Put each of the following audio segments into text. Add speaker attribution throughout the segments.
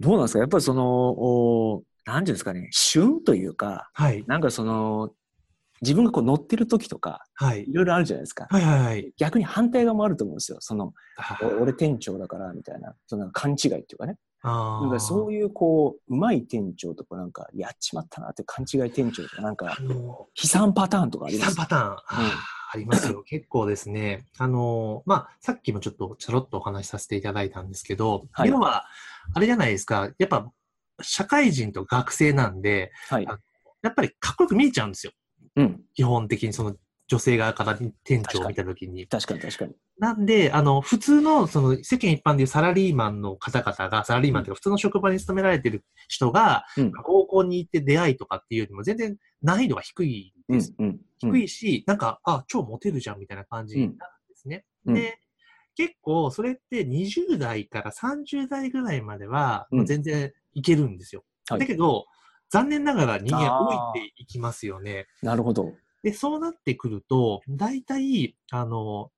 Speaker 1: どうなんですかやっぱりその、おなんていうんですかね、旬というか、
Speaker 2: はい。
Speaker 1: なんかその、自分がこう乗ってる時とか、
Speaker 2: はい
Speaker 1: い。ろいろあるじゃないですか。
Speaker 2: はいは いはい。
Speaker 1: 逆に反対側もあると思うんですよ。その、
Speaker 2: あ
Speaker 1: お俺店長だから、みたいな、その勘違いっていうかね。
Speaker 2: あー。
Speaker 1: なんかそういうこう、うまい店長とか、なんか、やっちまったなって勘違い店長とか、なんか
Speaker 2: あ、の、
Speaker 1: 悲惨パターンとかあり
Speaker 2: 悲
Speaker 1: ま
Speaker 2: 惨
Speaker 1: す。
Speaker 2: パターン、あります よ。結構ですね、あの、まあ、さっきもちょっとちょろっとお話しさせていただいたんですけど、
Speaker 1: はい
Speaker 2: 要は、あれじゃないですか、やっぱ、社会人と学生なんで、
Speaker 1: はい。
Speaker 2: やっぱりかっこよく見えちゃうんですよ。
Speaker 1: うん。
Speaker 2: 基本的にその女性側から店長を見たときに。
Speaker 1: 確かに確かに。
Speaker 2: なんで、あの、普通の、その、世間一般でいうサラリーマンの方々が、サラリーマンというか、普通の職場に勤められてる人が、
Speaker 1: うん。
Speaker 2: 高校に行って出会いとかっていうよりも、全然難易度が低い
Speaker 1: う
Speaker 2: んで
Speaker 1: ん
Speaker 2: す。。
Speaker 1: うん。
Speaker 2: 低いし、なんか、あ、超モテるじゃんみたいな感じになるんですね。
Speaker 1: うん
Speaker 2: で、結構、それって20代から30代ぐらいまでは、
Speaker 1: うん
Speaker 2: 全然いけるんですよ。
Speaker 1: はい
Speaker 2: だけど、残念ながら人間老いていきますよね。
Speaker 1: なるほど。
Speaker 2: で、そうなってくると、大体、あの、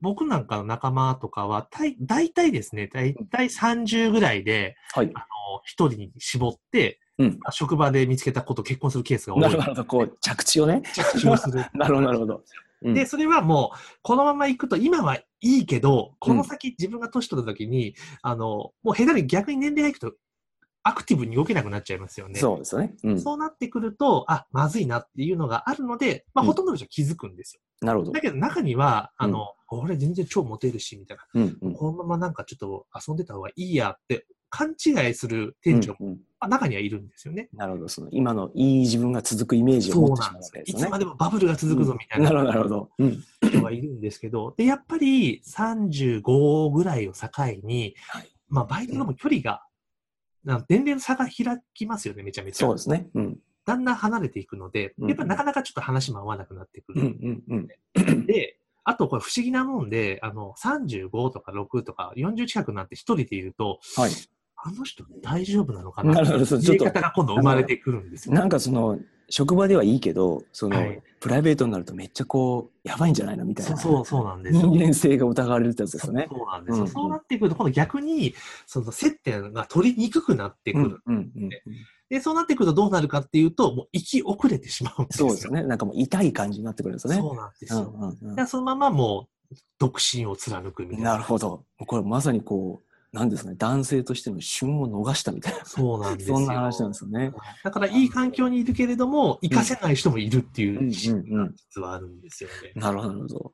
Speaker 2: 僕なんかの仲間とかは、たい大体ですね、大体30ぐらいで、
Speaker 1: はい。
Speaker 2: あの、一人に絞って、
Speaker 1: うん。
Speaker 2: あ職場で見つけた子と結婚するケースが多い。
Speaker 1: なるほど。こう、着地をね。
Speaker 2: 着地をする。
Speaker 1: なるほど、なるほど。 うん
Speaker 2: で、それはもう、このまま行くと、今はいいけど、この先自分が年取った時に、あの、もう下手に逆に年齢がいくと、アクティブに動けなくなっちゃいますよね。
Speaker 1: そうですよね。うん。
Speaker 2: そうなってくると、あ、まずいなっていうのがあるので、まあ、
Speaker 1: うん
Speaker 2: ほとんどの人は気づくんですよ。
Speaker 1: なるほど
Speaker 2: だ。けど中には、あの、俺全然超モテるし、みたいな。
Speaker 1: うん。うん。
Speaker 2: このままなんかちょっと遊んでた方がいいやって、勘違いする店長も
Speaker 1: うんうん
Speaker 2: まあ中にはいるんですよね。
Speaker 1: なるほど。その、今のいい自分が続くイメージを
Speaker 2: そう
Speaker 1: 持ってしま
Speaker 2: なん
Speaker 1: う
Speaker 2: で
Speaker 1: わ
Speaker 2: す
Speaker 1: け
Speaker 2: よ。
Speaker 1: で
Speaker 2: い
Speaker 1: すよ
Speaker 2: つま
Speaker 1: ね。
Speaker 2: でもバブルが続くぞみたい
Speaker 1: な
Speaker 2: な
Speaker 1: るほど、なるほど。うん。
Speaker 2: 人がいるんですけど、で、やっぱり35ぐらいを境に、
Speaker 1: はい
Speaker 2: まあ、バイトのも距離が、なん年齢の差が開きますよね、めちゃめちゃ。
Speaker 1: そうですね。うん。
Speaker 2: だんだん離れていくので、
Speaker 1: うん
Speaker 2: やっぱりなかなかちょっと話も合わなくなってく
Speaker 1: う
Speaker 2: る。
Speaker 1: ん。うん。うん。
Speaker 2: で、あとこれ不思議なもんで、あの、35とか6とか40近くなって一人でいると、
Speaker 1: はい。
Speaker 2: あの人大丈夫なのかな
Speaker 1: なる
Speaker 2: って
Speaker 1: ほど。そうちょ
Speaker 2: 言
Speaker 1: っ
Speaker 2: い
Speaker 1: と、
Speaker 2: 方が今度生まれてくるんですよ。
Speaker 1: なんかその、職場ではいいけど、その、
Speaker 2: はい
Speaker 1: プライベートになるとめっちゃこう、やばいんじゃないのみたい
Speaker 2: そう
Speaker 1: な。
Speaker 2: そう、そうなんですよ。
Speaker 1: 人間性が疑われるってやつですよね。
Speaker 2: そうなんですよ。
Speaker 1: うん
Speaker 2: そうなってくると、今度逆に、その接点が取りにくくなってく
Speaker 1: う
Speaker 2: る。
Speaker 1: ん。うん。うん。
Speaker 2: で、そうなってくるとどうなるかっていうと、もう生き遅れてしまうんです
Speaker 1: そ
Speaker 2: よ。
Speaker 1: うですよね。なんかもう痛い感じになってくるんですよね。
Speaker 2: そうなんですよ。だか
Speaker 1: うんうんうん
Speaker 2: らそのままもう、独身を貫くみたいな。
Speaker 1: なるほど。これまさにこう、なんですかね、男性としての旬を逃したみたいな、
Speaker 2: そうなんですよ。
Speaker 1: そんな話なんですよね。
Speaker 2: だから、いい環境にいるけれども、活かせない人もいるっていうう、
Speaker 1: んうんうん
Speaker 2: 実はあるんですよね。
Speaker 1: なるほど、なるほど。